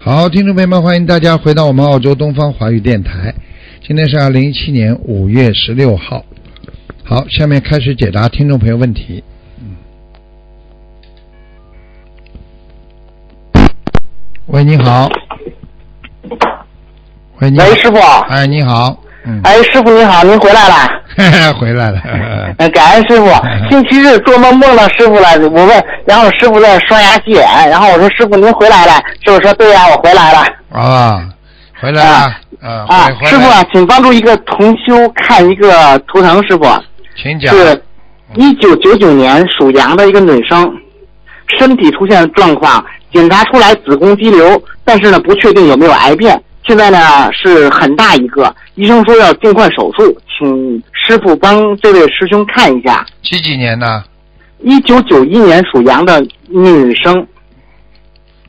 好，听众朋友们，欢迎大家回到我们澳洲东方华语电台。今天是二零一七年五月十六号。好，下面开始解答听众朋友问题。喂，你好。喂，你好喂，师傅。哎，你好。嗯，哎，师傅你好，您回来了。 回来 了。呃感恩师傅。嗯星期日做梦梦到师傅了，我问，然后师傅在刷牙洗脸，然后我说师傅您回来了，师傅说对呀、我回来了。啊，回来了。啊，啊回，回来师傅啊，请帮助一个同修看一个图腾，师傅请讲。是一九九九年属羊的一个女生，身体出现状况，检查出来子宫肌瘤，但是呢不确定有没有癌变。现在呢是很大一个，医生说要尽快手术，请师傅帮这位师兄看一下。几几年呢？一九九一年属羊的女生，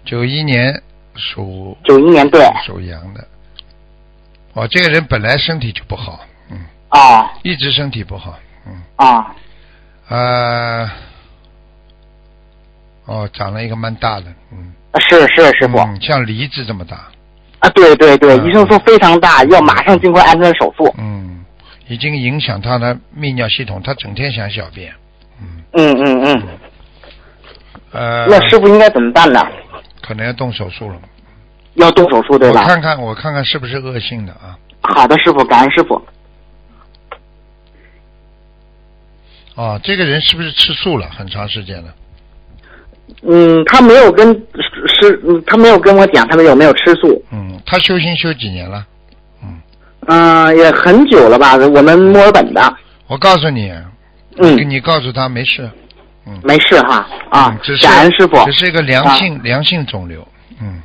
九一年属九一年对，属羊的。哦，这个人本来身体就不好，嗯，哦一直身体不好，嗯，哦呃，哦，长了一个蛮大的，嗯，是是师傅、嗯像梨子这么大，啊，对对对，嗯医生说非常大，要马上尽快安排手术。嗯，已经影响他的泌尿系统，他整天想小便，嗯，嗯嗯嗯，呃，那师傅应该怎么办呢？可能要动手术了，要动手术对我吧？看看，我看看是不是恶性的啊？好的，师傅，感恩师傅。哦，这个人是不是吃素了很长时间了？嗯，他没有跟师，嗯他没有跟我讲他们有没有吃素。嗯，他修行修几年了？嗯，嗯、也很久了吧？我们墨尔本的。我告诉你，嗯，你告诉他没事，嗯，没事哈啊嗯只，是感恩师傅只是一个良性、良性肿瘤，嗯，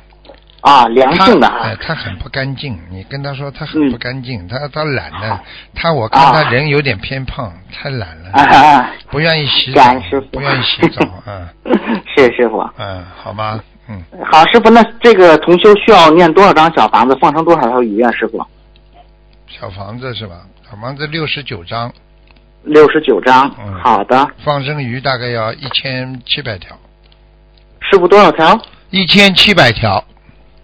啊，良他性的哎哈，他很不干净，你跟他说他很嗯不干净，他他懒呢好，他我看他啊人有点偏胖，太懒了，啊啊，啊不愿意洗感澡恩师，傅不愿意洗澡，嗯 是师傅。嗯，好吗？嗯，好，师傅，那这个同修需要念多少张小房子，放生多少条鱼啊？师傅，小房子是吧？小房子六十九张，六十九张。嗯好的，放生鱼大概要一千七百条，师傅多少条？一千七百条，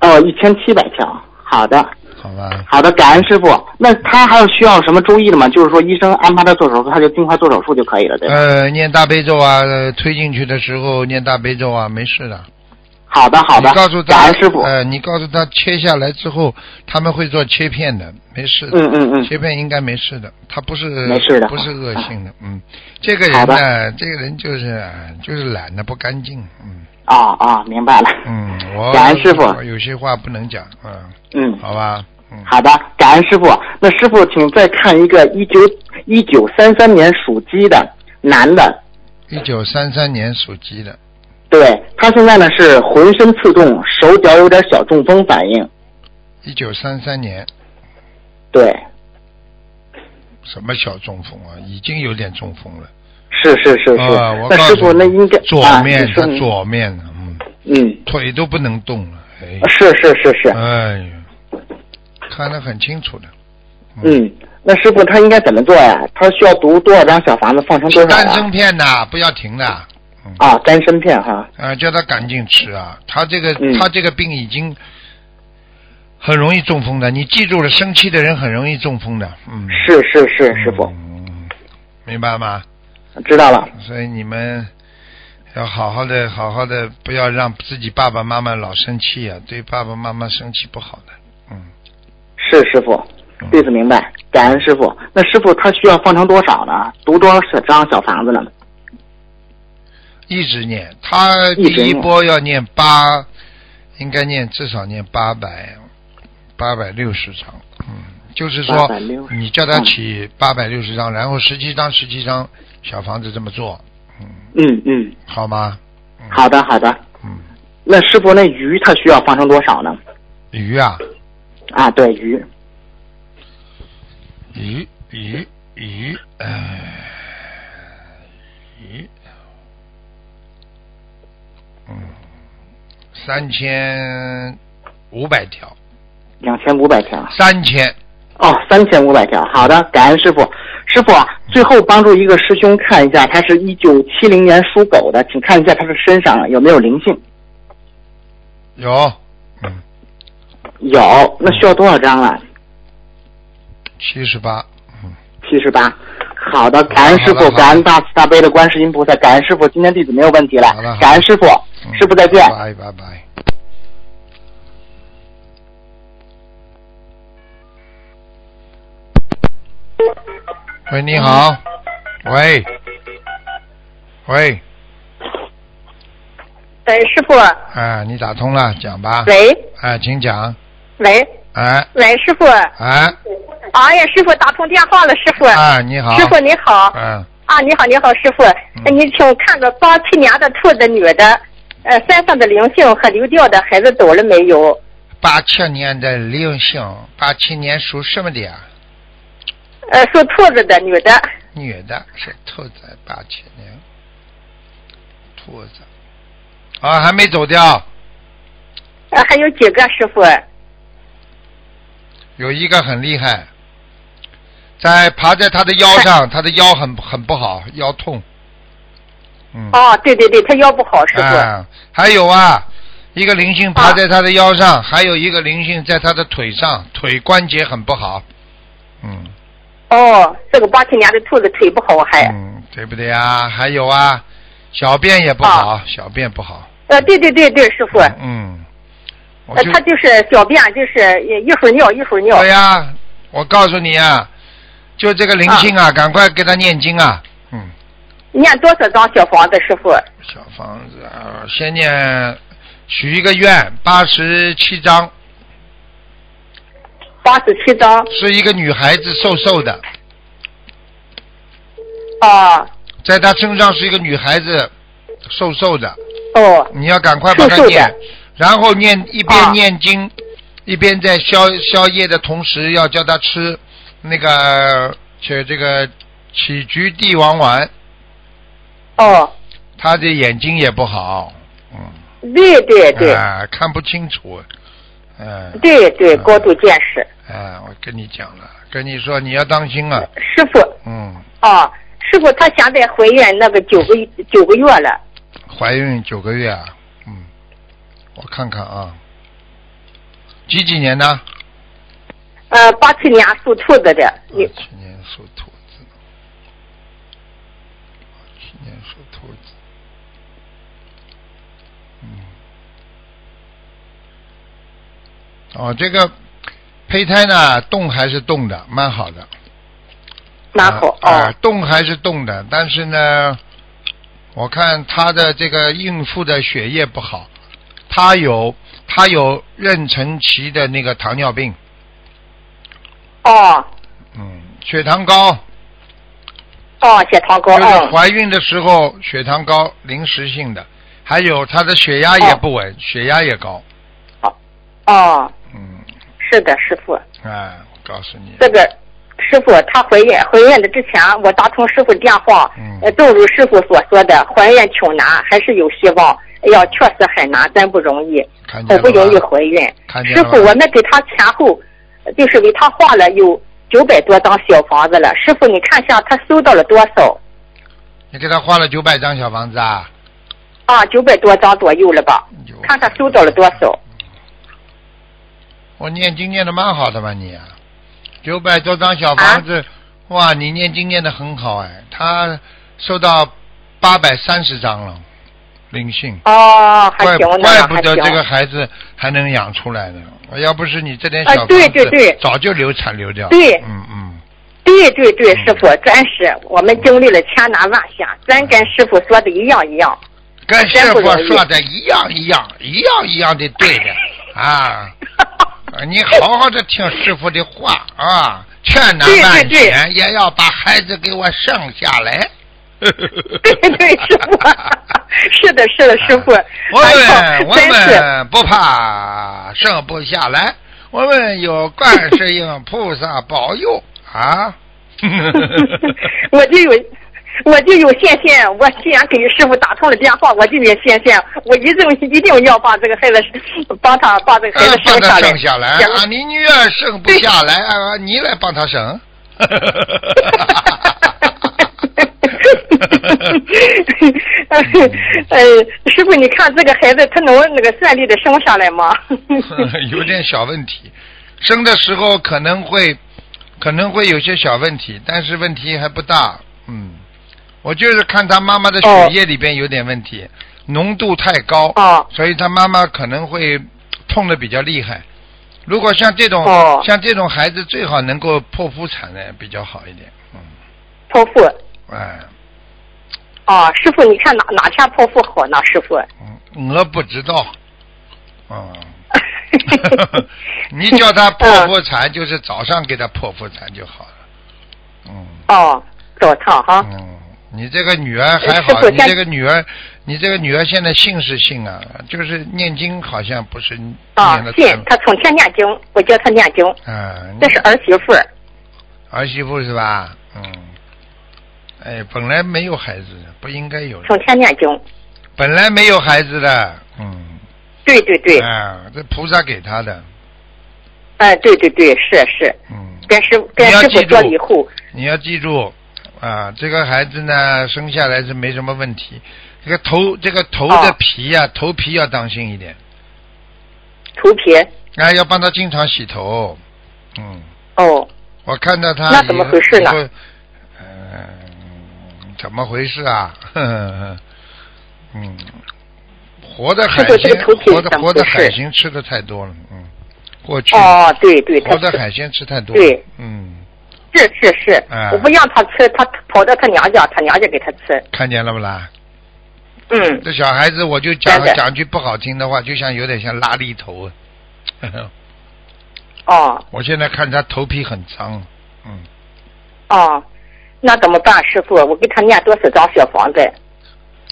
哦，一千七百条。好的，好吧？好的，感恩师傅。那他还有需要什么注意的吗？就是说医生安排他做手术，他就尽快做手术就可以了，对吧？呃，念大悲咒啊，呃推进去的时候念大悲咒啊，没事的。好的，好的，你告诉感他，恩师傅。呃，你告诉他切下来之后，他们会做切片的，没事的。嗯嗯嗯，切片应该没事的，他不是没事的啊不是恶性的，嗯，这个人好呢，这个人就是啊就是懒的不干净，嗯啊啊，明白了。嗯，我 感恩师傅我有些话不能讲，嗯，嗯，好吧，嗯，好的，感恩师傅。那师傅，请再看一个一九一九三三年属鸡的男的，一九三三年属鸡的，对他现在呢是浑身刺痛，手脚有点小中风反应。一九三三年对，什么小中风啊，已经有点中风了是是是是。啊，我那告师诉傅，你那应该左啊面你他说你左面，嗯，嗯，腿都不能动了，哎。是是是是，哎呀，看得很清楚的。嗯。那师傅他应该怎么做呀？他需要读多少张小房子，放生多吃少丹啊？参片呐，不要停的。嗯，啊，丹参片哈，呃，叫他赶紧吃啊！他这个、嗯他这个病已经很容易中风的，你记住了，生气的人很容易中风的。嗯，是是是，师傅嗯，明白吗？知道了。所以你们要好好的，好好的，不要让自己爸爸妈妈老生气啊！对爸爸妈妈生气不好的。嗯，是师傅，嗯弟子明白，感恩师傅。那师傅他需要放成多少呢？读多少小张小房子呢？一直念，他第一直念一波要念八，应该念至少念八百，八百六十张，嗯，就是说860你叫他起八百六十张，然后十七张十七张小房子这么做，嗯嗯，好吗？好的好的。嗯，那师傅那鱼他需要放成多少呢？鱼啊，啊，对鱼，鱼鱼鱼，哎，鱼，嗯，三千五百条，两千五百条。三千。哦，三千五百条。好的，感恩师傅。师傅啊，最后帮助一个师兄看一下，他是一九七零年属狗的，请看一下他的身上有没有灵性。有，嗯，有，那需要多少张啊了？七十八。嗯七十八。好的，感恩师好了傅好，了感恩大慈大悲的观世音菩萨，感恩师傅，今天弟子没有问题了好了好了，感恩师傅，嗯师傅再见。拜拜拜。喂，你好，喂，喂，喂，哎师傅，啊，你打通了，讲吧，喂，啊，请讲，喂，哎喂，师傅，哎哎呀，师傅打通电话了，师傅，啊，你好，师傅你好，嗯，啊，你好，你好，师傅，呃你请看个八七年的兔子女的，呃，身上的灵性和流掉的孩子走了没有？八七年的灵性，八七年属什么的呀？呃，属兔子的女的，女的是兔子，八七年，兔子，啊，还没走掉，呃，还有几个师傅？嗯有一个很厉害，在爬在他的腰上，他的腰很很不好，腰痛。嗯。哦，对对对，他腰不好，师傅。啊，还有啊，一个灵性爬在他的腰上，还有一个灵性在他的腿上，腿关节很不好。嗯。哦，这个八七年的兔子腿不好还。嗯，对不对啊？还有啊，小便也不好，小便不好。呃，对对哦对对，师傅，嗯。我呃，就他就是小便就是一会儿尿一会儿尿对。呀、我告诉你啊，就这个灵性啊，赶快给他念经啊。嗯。念多少张小房子，师傅？小房子啊，先念许一个愿，八十七章，八十七张。是一个女孩子，瘦瘦的，哦在她身上是一个女孩子，瘦瘦的，哦你要赶快把它瘦瘦的念，然后念一边啊念经，一边在消消业的同时，要叫她吃那个这这个杞菊地黄丸，哦，她的眼睛也不好，嗯，对对对、啊，看不清楚，嗯、对对，嗯高度见识。哎，我跟你讲了，跟你说你要当心啊，师傅嗯，啊，师傅她现在怀孕那个九个九个月了，怀孕九个月啊，嗯，我看看啊，几几年的？呃，八七年属兔子的，八你七年属兔子，八七年属兔子，嗯，哦，这个胚胎呢，动还是动的，蛮好的，蛮好啊、哦啊动还是动的，但是呢，我看她的这个孕妇的血液不好，她有她有妊娠期的那个糖尿病，哦嗯，血糖高，哦，血糖高就是哦怀孕的时候血糖高，临时性的，还有她的血压也不稳，血压也高，哦，嗯，是的，师傅，哎，我告诉你，这个师傅她怀孕怀孕的之前，啊我打通师傅电话，嗯呃，正如师傅所说的，怀孕挺难，还是有希望。哎呀，确实很难，真不容易。看见嗯好了不容易吧？怀孕。看见师了傅，吧我们给他前后呃就是给他画了有九百多张小房子了。师傅，你看一下他收到了多少？你给她画了九百张小房子啊？啊，九百多张左右了吧？有看他收到了多少？我念经念的蛮好的嘛，你啊，九百多张小房子，啊哇，你念经念的很好哎，他收到八百三十张了，灵性，哦，还怪行呢，怪不还得行。这个孩子还能养出来呢，要不是你这点啊小房子，对对对早就流产流掉了，对嗯嗯，对对对，师傅，真是我们经历了千难万险，真跟师傅说的一样一样。跟师真傅不容易说的一样一样一样一样的对的 啊。啊你好好的听师傅的话啊，劝男对对万对险也要把孩子给我生下来。 对对，师 傅，是的，是的，师傅，啊我哎们呦我真是。们不怕生不下来，我们有观世音菩萨保佑啊！ 我就有。我就有信心，我既然给师傅打通了电话，我就有信心，我一定一定要把这个孩子，帮他把这个孩呃子帮生他下来。生下来行啊！你女儿生不下来 啊，你来帮他生。 呃，师傅，你看这个孩子他能那个顺利的生下来吗？ 有 点小问题，生的时候可能会可能会有些小问题，但是问题还不大。嗯，我就是看他妈妈的血液里边有点问题，浓度太高，哦所以他妈妈可能会痛的比较厉害。如果像这种、哦像这种孩子，最好能够剖腹产的比较好一点。嗯，剖腹。哎，哦，师傅，你看哪哪天剖腹好呢？师傅，嗯，我不知道。嗯。 你叫他剖腹产，就是早上给他剖腹产就好了。嗯哦，早上哈，嗯，你这个女儿还好，师傅你像这个女儿，你这个女儿现在信是信啊，就是念经好像不是念啊的，信他从天念经，我叫他念经，啊，你这是儿媳妇儿。儿媳妇是吧？嗯，哎，本来没有孩子的，不应该有的，从天念经，本来没有孩子的，嗯，对对对，哎、啊，这菩萨给他的，对对对，是是，嗯，跟师跟你要师记傅住说了以后，你要记住，啊，这个孩子呢，生下来是没什么问题。这个头，这个头的哦皮呀、头皮要当心一点，头皮啊，要帮他经常洗头。嗯，哦，我看到他那怎么以回事呢以后嗯，怎么回事啊？ 呵呵呵嗯，活的海就是鲜这个头，皮活的怎么活的回事海鲜吃的太多了，嗯，过去、哦，对对，他活的海鲜吃太多了，对嗯，是是是，哎我不让他吃，他跑到他娘家，他娘家给他吃，看见了不啦？嗯，这小孩子，我就讲真的讲句不好听的话，就像有点像拉力头。啊。哦 我现在看他头皮很脏，嗯，哦，那怎么办，师傅？我给他念多少张小房子？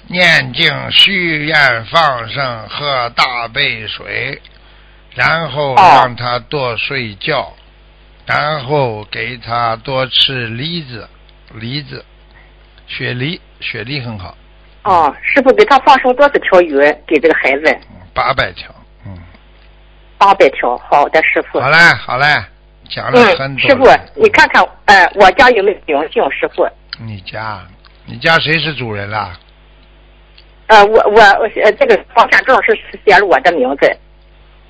念经、许愿、放生、喝大杯水，然后哦让他多睡觉，然后给他多吃梨子，梨子，雪梨，雪梨很好，哦，师傅给他放生多少条鱼给这个孩子？八百条，嗯，八百条。好的，师傅。好嘞，好嘞，讲了很嗯，多师傅了。，你看看，呃，我家有没有灵性？师傅，你家，你家谁是主人啊啦？呃，我我我呃这个房产证是是写着我的名字。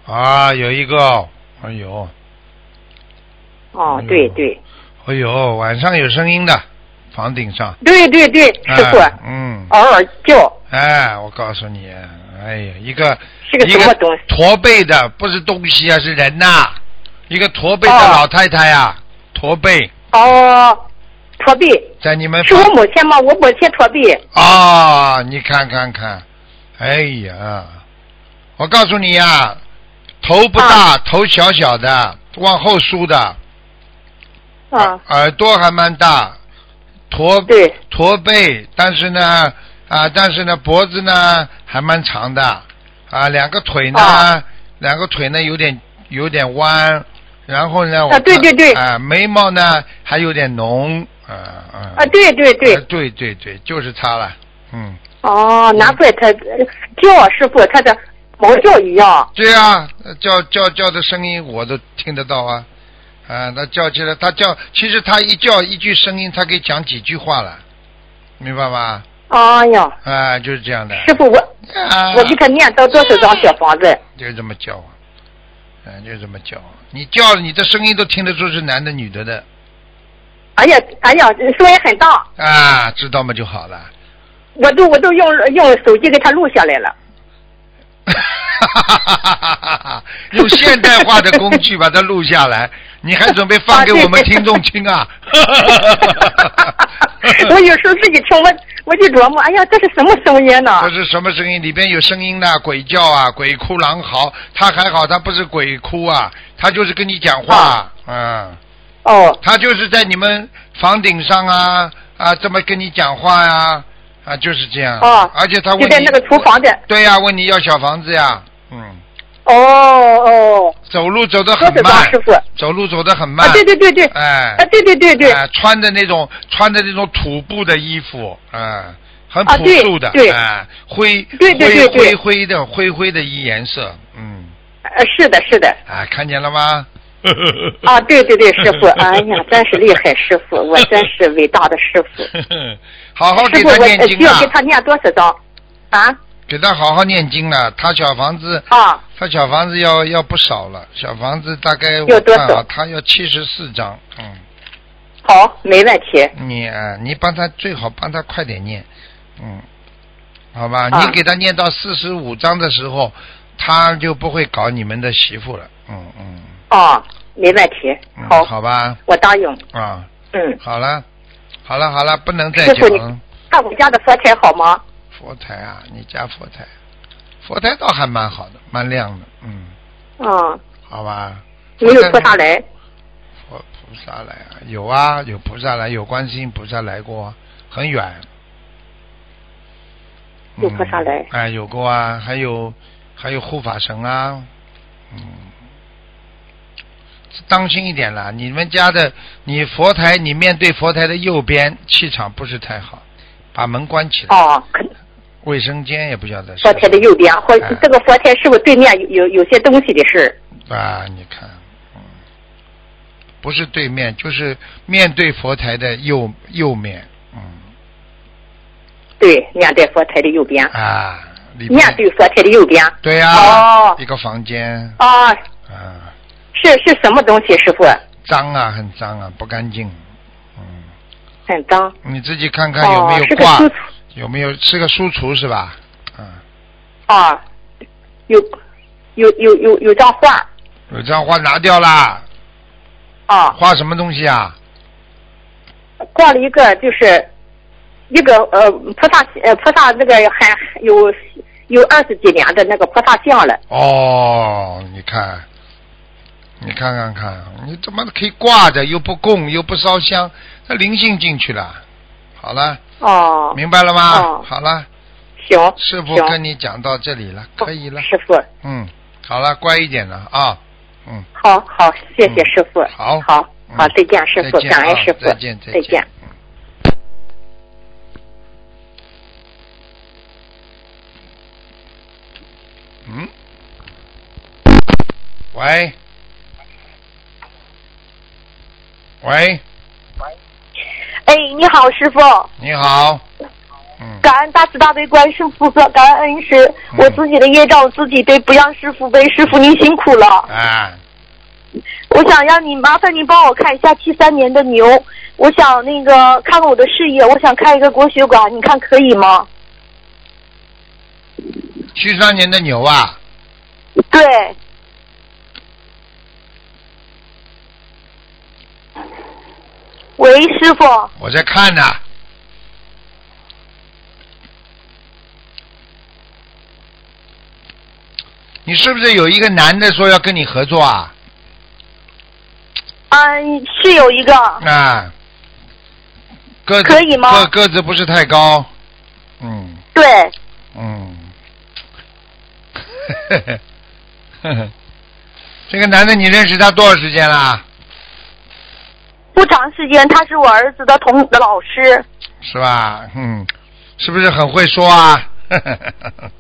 啊，有一个哦，哎呦，哦哎呦，对对哎呦，晚上有声音的，房顶上。对对对，师傅，哎嗯，嗷嗷叫，哎，我告诉你，哎呀，一个是个一什么东个西？驼背的，不是东西啊，是人呐、一个驼背的哦老太太呀、驼背，哦，驼背，在你们是我母亲吗？我母亲驼背。啊、你看看看，哎呀，我告诉你呀、头不大，头小小的，往后梳的，嗯啊，耳朵还蛮大，驼对，驼背，但是呢，啊，但是呢，脖子呢还蛮长的，啊，两个腿呢，啊两个腿呢有点有点弯，然后呢，我啊对看对对啊，眉毛呢还有点浓，啊啊，啊，对对对啊，对对对，就是他了，嗯，哦，难怪他呃叫师傅，他的猫叫一样。对啊，叫叫叫的声音我都听得到啊，啊，他叫起来，他叫，其实他一叫一句声音，他可以讲几句话了，明白吗？哎呀，啊，就是这样的。师傅，我啊，我给他念到多少张小房子？就这么叫啊，嗯，就这么叫啊。你叫，你的声音都听得出是男的女的的哎呀，哎呀，声音很大，啊，知道吗？就好了。 我都我都用用手机给他录下来 了。用现代化的工具把它录下来，你还准备放给我们听众听啊？我有时候自己听我我就琢磨，哎呀，这是什么声音呢？这是什么声音？里边有声音的，鬼叫啊，鬼哭狼嚎。他还好，他不是鬼哭啊，他就是跟你讲话，嗯。哦他就是在你们房顶上啊啊，这么跟你讲话呀、啊，就是这样。哦，而且他问你就在那个厨房的。对呀、问你要小房子呀，嗯，哦哦，走路走得多很少张慢师，傅？走路走得很慢。啊，对对对对，啊，哎，对对对对，哎穿的那种穿的那种土布的衣服，啊，很啊朴对素的，对哎，灰对对对灰灰对灰的灰灰的一颜色，嗯， 哎呃是的，是的，啊，看见了吗？啊，对对对，师傅，哎呀，真是厉害，师傅，我真是伟大的师傅。 好好给师傅，他我念呃需经要啊给，他念多少张？啊给他好好念经了。他小房子，啊，他小房子要要不少了，小房子大概要我多看少啊，他要七十四张。嗯，好，没问题。你啊，你帮他最好帮他快点念，嗯，好吧，啊你给他念到四十五章的时候，他就不会搞你们的媳妇了。嗯嗯哦，没问题。嗯，好，好吧，我答应。啊，嗯，好了，好了好了，不能再师傅讲。看我家的佛台好吗？佛台啊，你家佛台，佛台倒还蛮好的，蛮亮的，嗯，嗯，好吧。没有菩菩萨萨，来。佛菩萨来啊，有啊，有菩萨来，有观世音菩萨来过啊，很远。有菩萨来嗯哎，有过啊，还有还有护法神啊，嗯，当心一点啦，你们家的你佛台，你面对佛台的右边气场不是太好，把门关起来，哦，可卫生间也不晓得是。佛台的右边，或哎这个佛台是不是对面有有有些东西的事儿？啊，你看，嗯，不是对面，就是面对佛台的右右面，嗯对，面对佛台的右边，啊，里边面对佛台的右边。对呀、哦一个房间哦，啊，是是什么东西，师傅？脏啊，很脏啊，不干净，嗯，很脏。你自己看看有没哦，是有个挂，书橱。有没有是个书橱是吧？啊，哦，有有有有有张画。有张画拿掉啦，哦，画什么东西啊？挂了一个就是一个呃菩萨呃菩萨那个还有有二十几年的那个菩萨像了。哦，你看，你看看看，你怎么可以挂着又不供又不烧香？那灵性进去了。好了，哦，明白了吗？哦好了，行，师傅行哦跟你讲到这里了，可以了。师傅，嗯，好了，乖一点了啊。嗯，好好，谢谢师傅。好好，嗯好，再见，师再傅，见感啊恩师傅，再见，再见见。嗯嗯，喂，喂，哎，你好，师傅，你好，嗯，感恩大慈大悲观世菩萨，感恩恩师。嗯我自己的业障我自己背，不让师傅背，师傅您辛苦了。啊，我想让你麻烦您帮我看一下七三年的牛，我想那个看看我的事业，我想开一个国学馆，你看可以吗？七三年的牛啊，对，喂，师傅，我在看呢、你是不是有一个男的说要跟你合作啊？嗯，是有一个，啊，个子可以吗个个子不是太高，嗯对，嗯， 呵呵呵呵这个男的你认识他多少时间啦？不长时间，他是我儿子的同的老师。是吧？嗯，是不是很会说啊？ 呵呵呵呵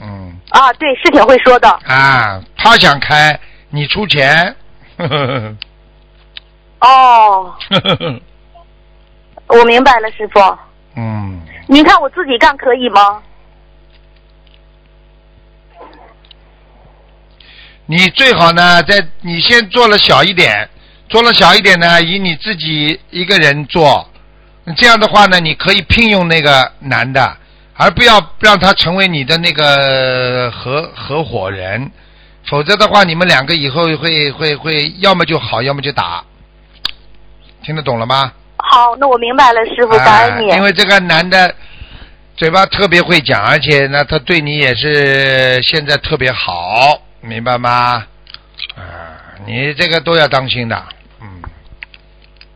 嗯啊，对，是挺会说的。啊，他想开，你出钱。 呵呵哦，呵呵呵我明白了，师傅。嗯，您看我自己干可以吗？你最好呢，在你先做了小一点，做了小一点呢，以你自己一个人做，这样的话呢，你可以聘用那个男的，而不要让他成为你的那个合合伙人，否则的话，你们两个以后会会会要么就好，要么就打，听得懂了吗？好，那我明白了，师傅，感恩你。啊因为这个男的嘴巴特别会讲，而且呢，他对你也是现在特别好，明白吗？啊，你这个都要当心的，嗯。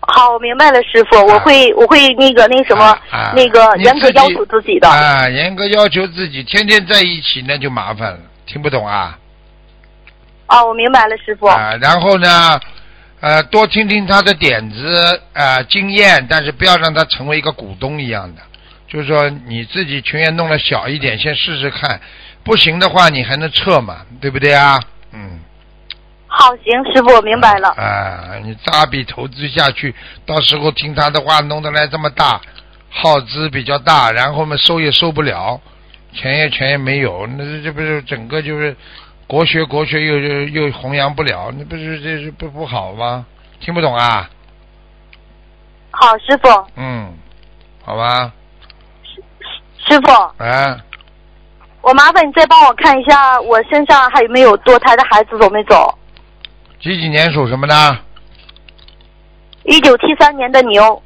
好，我明白了，师傅，我会我会那个那什么、啊啊那个你严格自己要求自己的。啊，严格要求自己，天天在一起那就麻烦了，听不懂啊？啊，我明白了，师傅。啊，然后呢，呃，多听听他的点子啊、经验，但是不要让他成为一个股东一样的，就是说你自己群也弄得小一点，先试试看，不行的话你还能撤嘛，对不对啊？嗯，好，行，师傅，我明白了。啊，你大笔投资下去，到时候听他的话，弄得来这么大，耗资比较大，然后嘛收也收不了，钱也钱也没有，那这不是整个就是国学国学又又又弘扬不了，那不是这是不不好吗？听不懂啊？好，师傅，嗯，好吧，师傅，啊，我麻烦你再帮我看一下，我身上还有没有堕胎的孩子走没走？几几年属什么的？一九七三年的牛，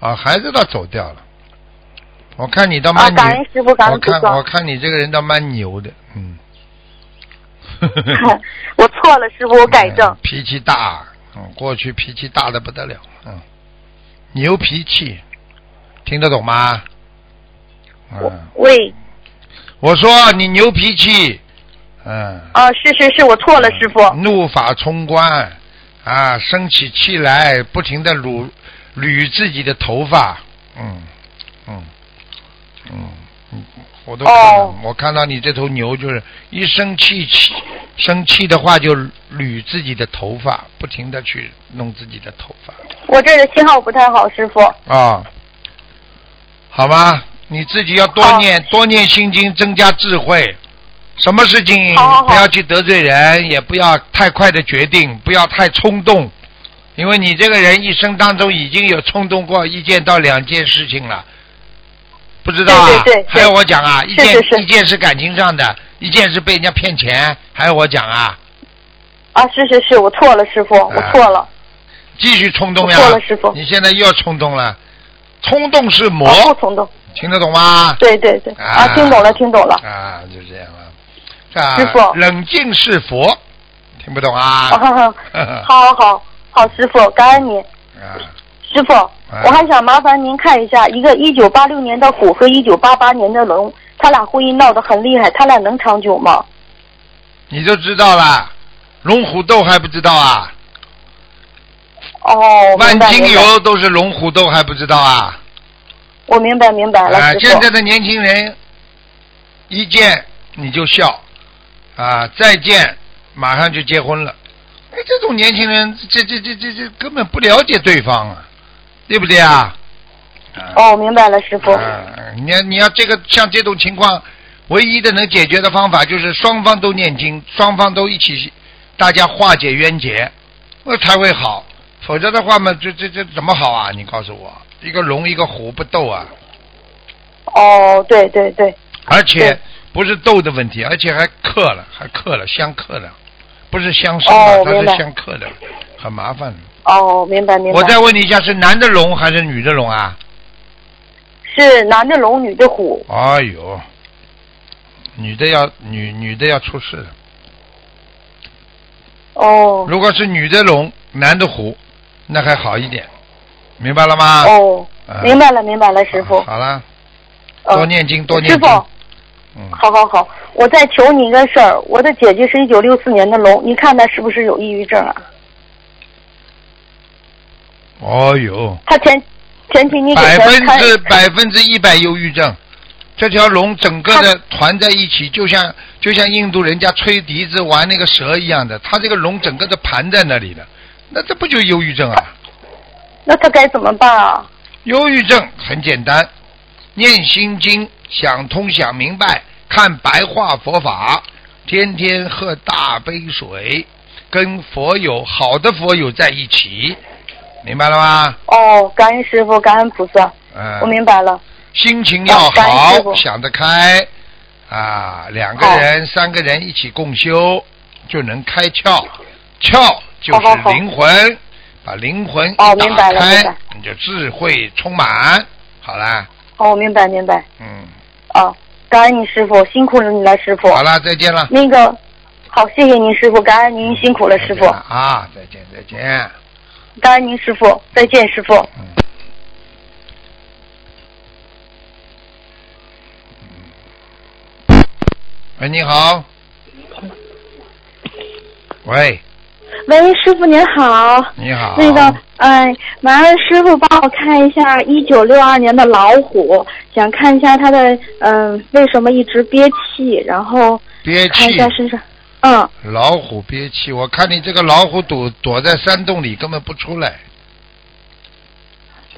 啊，孩子倒走掉了。我看你倒啊蛮，牛，感恩师傅，感我恩师看傅，我看你这个人倒蛮牛的，嗯。 我错了，师傅，我改正嗯。脾气大，嗯，过去脾气大的不得了，嗯，牛脾气，听得懂吗？嗯，喂，我说你牛脾气，嗯，啊，是是是，我错了，师傅。怒发冲冠，啊，生起气来，不停的捋捋自己的头发，嗯，嗯，嗯，嗯我都看到哦我看到你这头牛就是一生气气，生气的话就捋自己的头发，不停的去弄自己的头发，我这儿的信号不太好，师傅。啊，好吗？你自己要多好念、多念心经，增加智慧。什么事情好好好不要去得罪人，也不要太快的决定，不要太冲动，因为你这个人一生当中已经有冲动过一件到两件事情了，不知道啊？对对对对还要我讲啊？一件是是一件是感情上的，一件是被人家骗钱，还要我讲啊？啊，是是是，我错了，师傅，我啊错了。继续冲动呀！我错了师傅你现在又要冲动了，冲动是魔，啊，不冲动。听得懂吗？对对对。啊啊，听懂了，听懂了。啊，就这样了。啊，师傅冷静是佛，听不懂啊？啊， 啊好好好，好师傅，感恩您。师傅，哎我还想麻烦您看一下，一个一九八六年的虎和一九八八年的龙，他俩婚姻闹得很厉害，他俩能长久吗？你就知道啦，龙虎斗还不知道啊？哦，万明白金明白，油都是龙虎斗还不知道啊？我明白明白了，啊，师现傅在。的年轻人，一见你就笑，啊，再见马上就结婚了。哎，这种年轻人，这这这这这根本不了解对方啊，对不对啊？啊哦，明白了，师傅。啊，你要你要这个像这种情况，唯一的能解决的方法就是双方都念经，双方都一起，大家化解冤结，那才会好。否则的话嘛，这这这怎么好啊？你告诉我，一个龙一个虎不斗啊，哦，对对对，而且对不是斗的问题，而且还克了，还克了，相克了，不是相生啊哦，它是明白相克的，很麻烦的。哦，明白明白。我再问你一下，是男的龙还是女的龙啊？是男的龙，女的虎。哎呦，女的要女女的要出事了。哦如果是女的龙，男的虎，那还好一点，明白了吗？哦，啊明白了明白了，师傅好。好了，嗯多念经，多念师经傅，。嗯，好好好，我再求你一个事儿，我的姐姐是一九六四年的龙，你看她是不是有抑郁症啊？哦呦，她前前期你给百她分看，之百分之一百忧郁症，这条龙整个的团在一起，就像就像印度人家吹笛子玩那个蛇一样的，它这个龙整个的盘在那里的，那这不就忧郁症啊？那她该怎么办啊？忧郁症很简单，念心经，想通想明白，看白话佛法，天天喝大杯水，跟佛友好的佛友在一起，明白了吗？哦，感恩师傅，感恩菩萨，嗯、我明白了。心情要哦感恩师好，父想得开，啊，两个人、三个人一起共修，就能开窍，窍就好好是好灵魂，把灵魂一哦打明白了开明白，你就智慧充满，好啦，哦，明白明白。嗯。啊，感恩你师傅，辛苦了你了，师傅。好了，再见 了。那个，好，谢谢您师傅，感恩您辛苦了师嗯再傅见，啊，再见再见。感恩您师傅，再见师傅。嗯。喂，哎你好。喂，喂，师傅您好。你好。那个，哎，麻烦师傅帮我看一下一九六二年的老虎，想看一下它的，嗯、为什么一直憋气，然后憋看一气下身上，嗯，老虎憋气，我看你这个老虎躲躲在山洞里，根本不出来。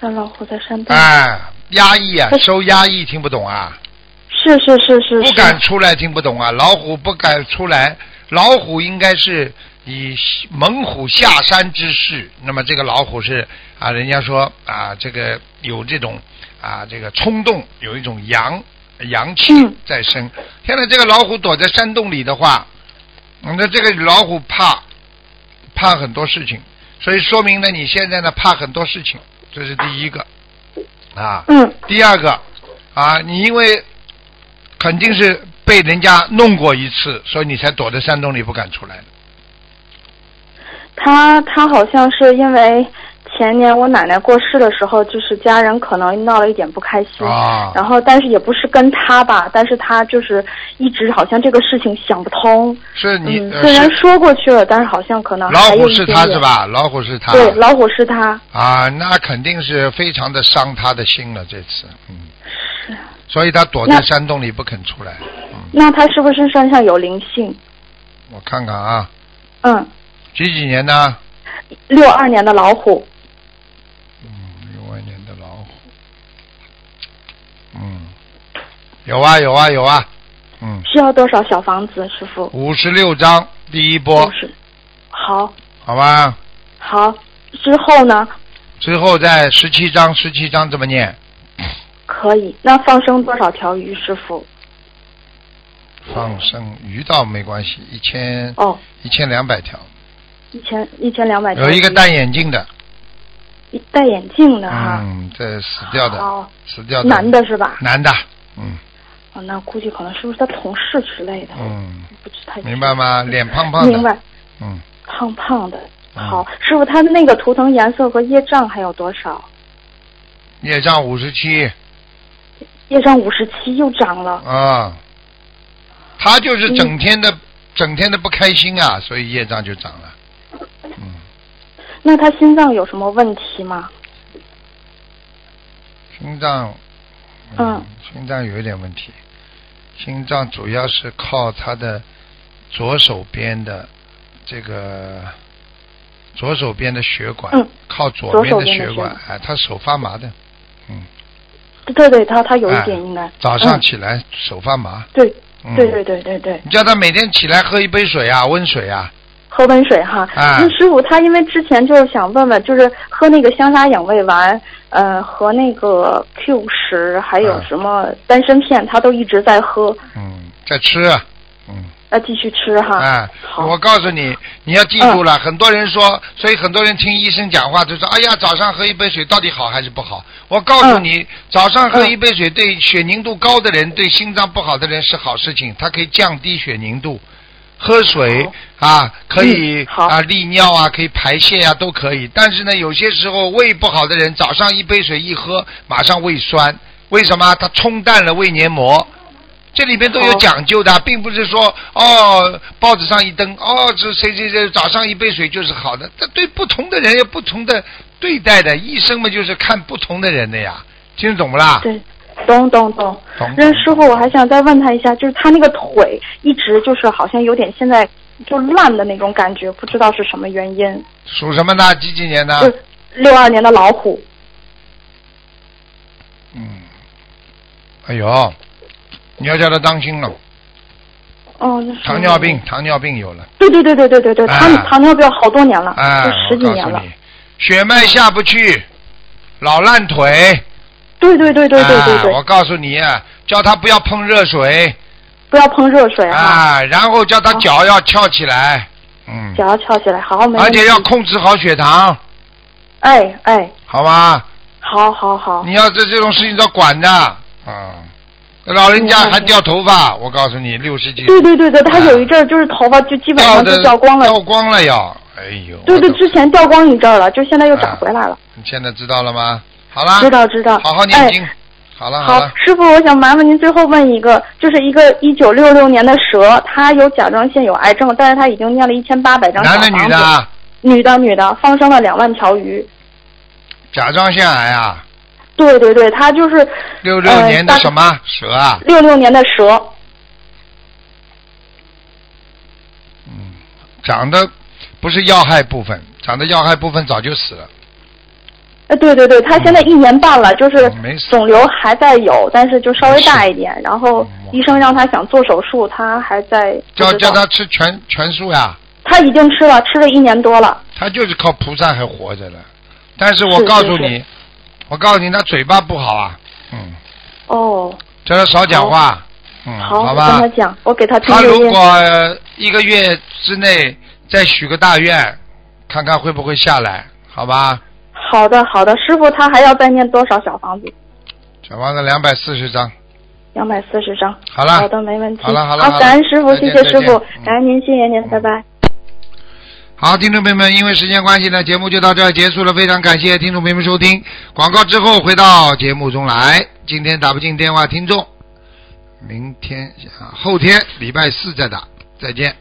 这老虎在山洞。哎，压抑啊，收压抑，听不懂啊？是是是是。不敢出来，听不懂啊？老虎不敢出来，老虎应该是以猛虎下山之势。那么这个老虎是啊，人家说啊，这个有这种啊，这个冲动，有一种阳阳气嗯在身。现在这个老虎躲在山洞里的话，那这个老虎怕怕很多事情，所以说明呢，你现在呢怕很多事情，这是第一个啊。嗯。第二个啊，你因为肯定是被人家弄过一次，所以你才躲在山洞里不敢出来的。他他好像是因为前年我奶奶过世的时候，就是家人可能闹了一点不开心，啊然后但是也不是跟他吧，但是他就是一直好像这个事情想不通。是你、嗯，呃虽然是说过去了，但是好像可能老还有虎一是点他点是？吧？老虎是他。对，老虎是他。啊，那肯定是非常的伤他的心了，这次，嗯，所以他躲在那山洞里不肯出来，嗯，那他是不是身上有灵性？我看看啊，嗯，几几年呢？六二年的老虎。嗯，六二年的老虎，嗯，有啊有啊有啊，嗯，需要多少小房子，师傅？五十六章第一波就，是，好，好吧，好，之后呢？之后再十七章，十七章怎么念？可以。那放生多少条鱼，师傅？放生鱼倒没关系，一千哦，一千两百条，一千一千两百条有鱼。一个戴眼镜的，一戴眼镜的哈，嗯，这死掉的，哦死掉的，男的是吧？男的，嗯哦，那估计可能是不是他同事之类的？嗯，不知太明白吗？脸胖胖的，明白，嗯，胖胖的。嗯好，师傅，他那个图腾颜色和业障还有多少？业障五十七业障五十七又涨了。啊，他嗯就是整天的、整天的不开心啊，所以业障就涨了，嗯，那他心脏有什么问题吗？心脏，嗯，心脏有一点问题，心脏主要是靠他的左手边的这个。左手边的血管、嗯靠左左边手的边的血血管，哎，他手发麻的，嗯，对对对，他他有一点哎应该。早上嗯起来手发麻，对嗯对对对对对，你叫他每天起来喝一杯水啊，温水啊，喝温水哈。哎那师傅他因为之前就是想问问，就是喝那个香砂养胃丸，呃，和那个 Q 十，还有哎什么丹参片，他都一直在喝，嗯，再吃，嗯，要继续吃哈。哎，好嗯我告诉你，你要记住了，很多人说，所以很多人听医生讲话就说，哎呀，早上喝一杯水到底好还是不好？我告诉嗯你，早上喝一杯水对血凝度高的人，对心脏不好的人是好事情，它可以降低血凝度。喝水啊，可以、嗯好啊，利尿啊，可以排泄啊，都可以。但是呢，有些时候胃不好的人，早上一杯水一喝，马上胃酸，为什么？它冲淡了胃黏膜。这里面都有好讲究的，啊并不是说哦，报纸上一登，哦，这谁谁谁早上一杯水就是好的。这对不同的人有不同的对待的，医生嘛就是看不同的人的呀，听懂不啦？对，懂懂懂。懂。那师傅，我还想再问他一下，就是他那个腿一直就是好像有点现在就烂的那种感觉，不知道是什么原因。属什么呢？几几年呢？就是六二年的老虎，嗯，哎呦，你要叫他当心了，哦，那是糖尿病，糖尿病有了。对对对对对对对，他啊糖尿病好多年了，哎，就啊十我几告年诉了。你，血脉下不去，老烂腿。对对对对对对哎我对，告诉你啊，叫他不要碰热水不要碰热水啊，啊，然后叫他脚要翘起来，嗯，脚要翘起来，好好没问而题。且要控制好血糖，哎哎，好吗？好好好，你要是这种事情要管的，啊，老人家明白还掉头哦发，我告诉你，六十几对对对对，他啊有一阵儿就是头发就基本掉上就的掉光了，掉光了要，哎呦，对对我，都之前掉光一阵儿了，就现在又长回来了。你现在知道了吗？好啦，知道知道，啊好好哎念经，啊好了好了，，师傅，我想麻烦您最后问一个，就是一个一九六六年的蛇，她有甲状腺有癌症，但是她已经念了一千八百张小男房的子，女的啊？女的女的，放生了两万条鱼。甲状腺癌啊，对对对，她就是六呃六年的什？么蛇啊？六六年的蛇，长的不是要害部分，长的要害部分早就死了。呃，对对对，他现在一年半了，就是嗯没事嗯肿瘤还在有，但是就稍微大一点。然后医生让他想做手术，他还在不叫知叫道他吃全全素呀、他已经吃了，吃了一年多了。他就是靠菩萨还活着了。但是我是告诉是你，我告诉你，他嘴巴不好啊，嗯，哦，叫他少讲话，嗯，好，我跟吧他。讲，我给他听他录如音。果一个月之内再许个大愿，看看会不会下来，好吧？好的，好的，师傅，他还要再念多少小房子？小王子两百四十张，两百四十张。好了好的，没问题。好了好了好了感恩师傅，再见谢谢再师傅见嗯，感恩您，谢谢您，拜拜。好，听众朋友们，因为时间关系呢，节目就到这儿结束了。非常感谢听众朋友们收听广告之后回到节目中来。今天打不进电话，听众，明天啊后天礼拜四再打，再见。